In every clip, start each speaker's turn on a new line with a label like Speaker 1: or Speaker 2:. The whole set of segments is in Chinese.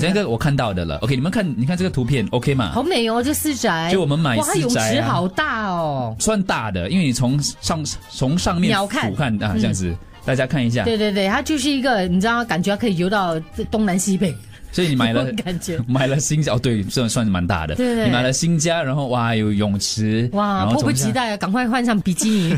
Speaker 1: 这个我看到的了。OK，你们看，你看这个图片，OK 吗？
Speaker 2: 嗯好美哦，这四宅。
Speaker 1: 就我们买
Speaker 2: 哇，它
Speaker 1: 四
Speaker 2: 泳
Speaker 1: 宅
Speaker 2: 池
Speaker 1: 啊
Speaker 2: 好大哦。
Speaker 1: 算大的，因为你从上从上面
Speaker 2: 鸟
Speaker 1: 俯
Speaker 2: 瞰
Speaker 1: 瞰啊，这样子，大家看一下。
Speaker 2: 对对对，它就是一个，你知道，感觉它可以游到东南西北，
Speaker 1: 所以你 买了
Speaker 2: 那种感 觉。
Speaker 1: 买了新家，哦，对，算算是蛮大的。
Speaker 2: 对
Speaker 1: 你买了新家，然后哇，有泳池，
Speaker 2: 哇，
Speaker 1: 然后
Speaker 2: 迫不
Speaker 1: 从下
Speaker 2: 及，待啊！赶快换上比基尼，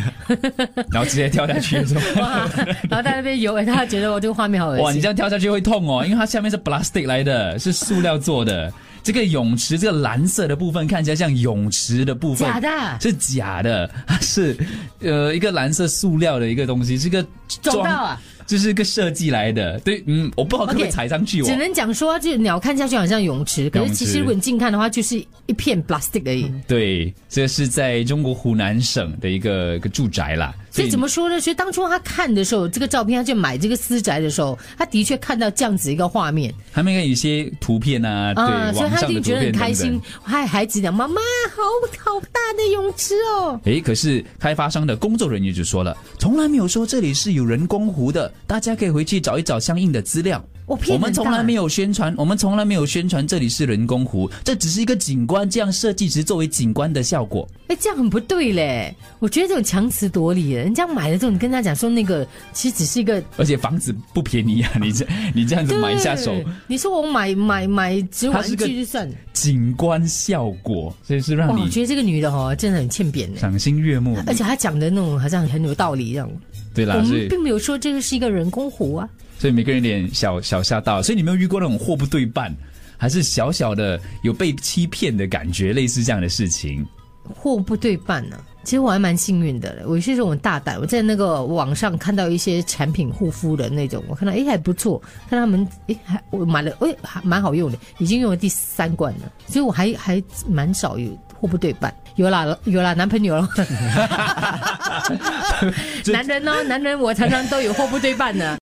Speaker 1: 然后直接跳下 去，是吧？
Speaker 2: 哇！然后在那边游，哎大家觉得我这个画面好
Speaker 1: 哇，
Speaker 2: 恶
Speaker 1: 你
Speaker 2: 心
Speaker 1: 这。样跳下去会痛哦，因为它下面是 plastic 来的，是塑料做的。这个泳池这个蓝色的部分看起来像泳池的部分，
Speaker 2: 假的啊
Speaker 1: 是假的，它是呃一个蓝色塑料的一个东西，是个
Speaker 2: 撞
Speaker 1: 装
Speaker 2: 到啊！
Speaker 1: 就是一个设计来的。对，嗯，我不好可不可以
Speaker 2: OK，
Speaker 1: 踩上去哦
Speaker 2: 只。能讲说，就鸟看下去好像泳池，可
Speaker 1: 泳
Speaker 2: 是
Speaker 1: 池
Speaker 2: 其实如果你近看的话，就是一片 plastic 哎而已。
Speaker 1: 嗯对，这是在中国湖南省的一个一个住宅啦。
Speaker 2: 所以怎么说呢？所以当初他看的时候，这个照片，他就买这个私宅的时候，他的确看到这样子一个画面
Speaker 1: 他们应该有一些图片啊，
Speaker 2: 啊，
Speaker 1: 对，
Speaker 2: 所以
Speaker 1: 网
Speaker 2: 他
Speaker 1: 上
Speaker 2: 一
Speaker 1: 的
Speaker 2: 定
Speaker 1: 图
Speaker 2: 觉得
Speaker 1: 片
Speaker 2: 很
Speaker 1: 等
Speaker 2: 开
Speaker 1: 等
Speaker 2: 心。。还孩子讲妈妈，好好大的泳池哦。
Speaker 1: 诶，可是开发商的工作人员就说了，从来没有说这里是有人工湖的，大家可以回去找一找相应的资料。
Speaker 2: 我骗
Speaker 1: 我
Speaker 2: 人
Speaker 1: 们从
Speaker 2: 的啊
Speaker 1: 来没有宣传，我们从来没有宣传这里是人工湖，这只是一个景观，这样设计只作为景观的效果。
Speaker 2: 哎，这样很不对嘞！我觉得这种强词夺理，人家买了之后，你跟他讲说那个其实只是一个
Speaker 1: 而且房子不便 宜啊，你这你这样子买下手，
Speaker 2: 对你说我买买买只
Speaker 1: 它
Speaker 2: 玩
Speaker 1: 是个
Speaker 2: 具就算，
Speaker 1: 景观效果，所以是
Speaker 2: 哇，
Speaker 1: 让
Speaker 2: 我
Speaker 1: 你
Speaker 2: 觉得这个女的哦，真的很欠扁呢。
Speaker 1: 赏心悦目。
Speaker 2: 而且她讲的那种好像很有道理一样，
Speaker 1: 对
Speaker 2: 我
Speaker 1: 啦，啊所
Speaker 2: 们
Speaker 1: 以
Speaker 2: 并没有说这个是一个人工湖啊。
Speaker 1: 所以每个人有点小小吓到，所以你没有遇过那种货不对半，还是小小的有被欺骗的感觉，类似这样的事情。
Speaker 2: 货不对办呢、其实我还蛮幸运的，我是这种大胆，我在那个网上看到一些产品护肤的那种，我看到诶还不错，看他们诶还我买了诶还蛮好用的，已经用了第三罐了，所以我还还蛮少有货不对办，有啦有啦男朋友 了，哦男人呢、男人我常常都有货不对办的。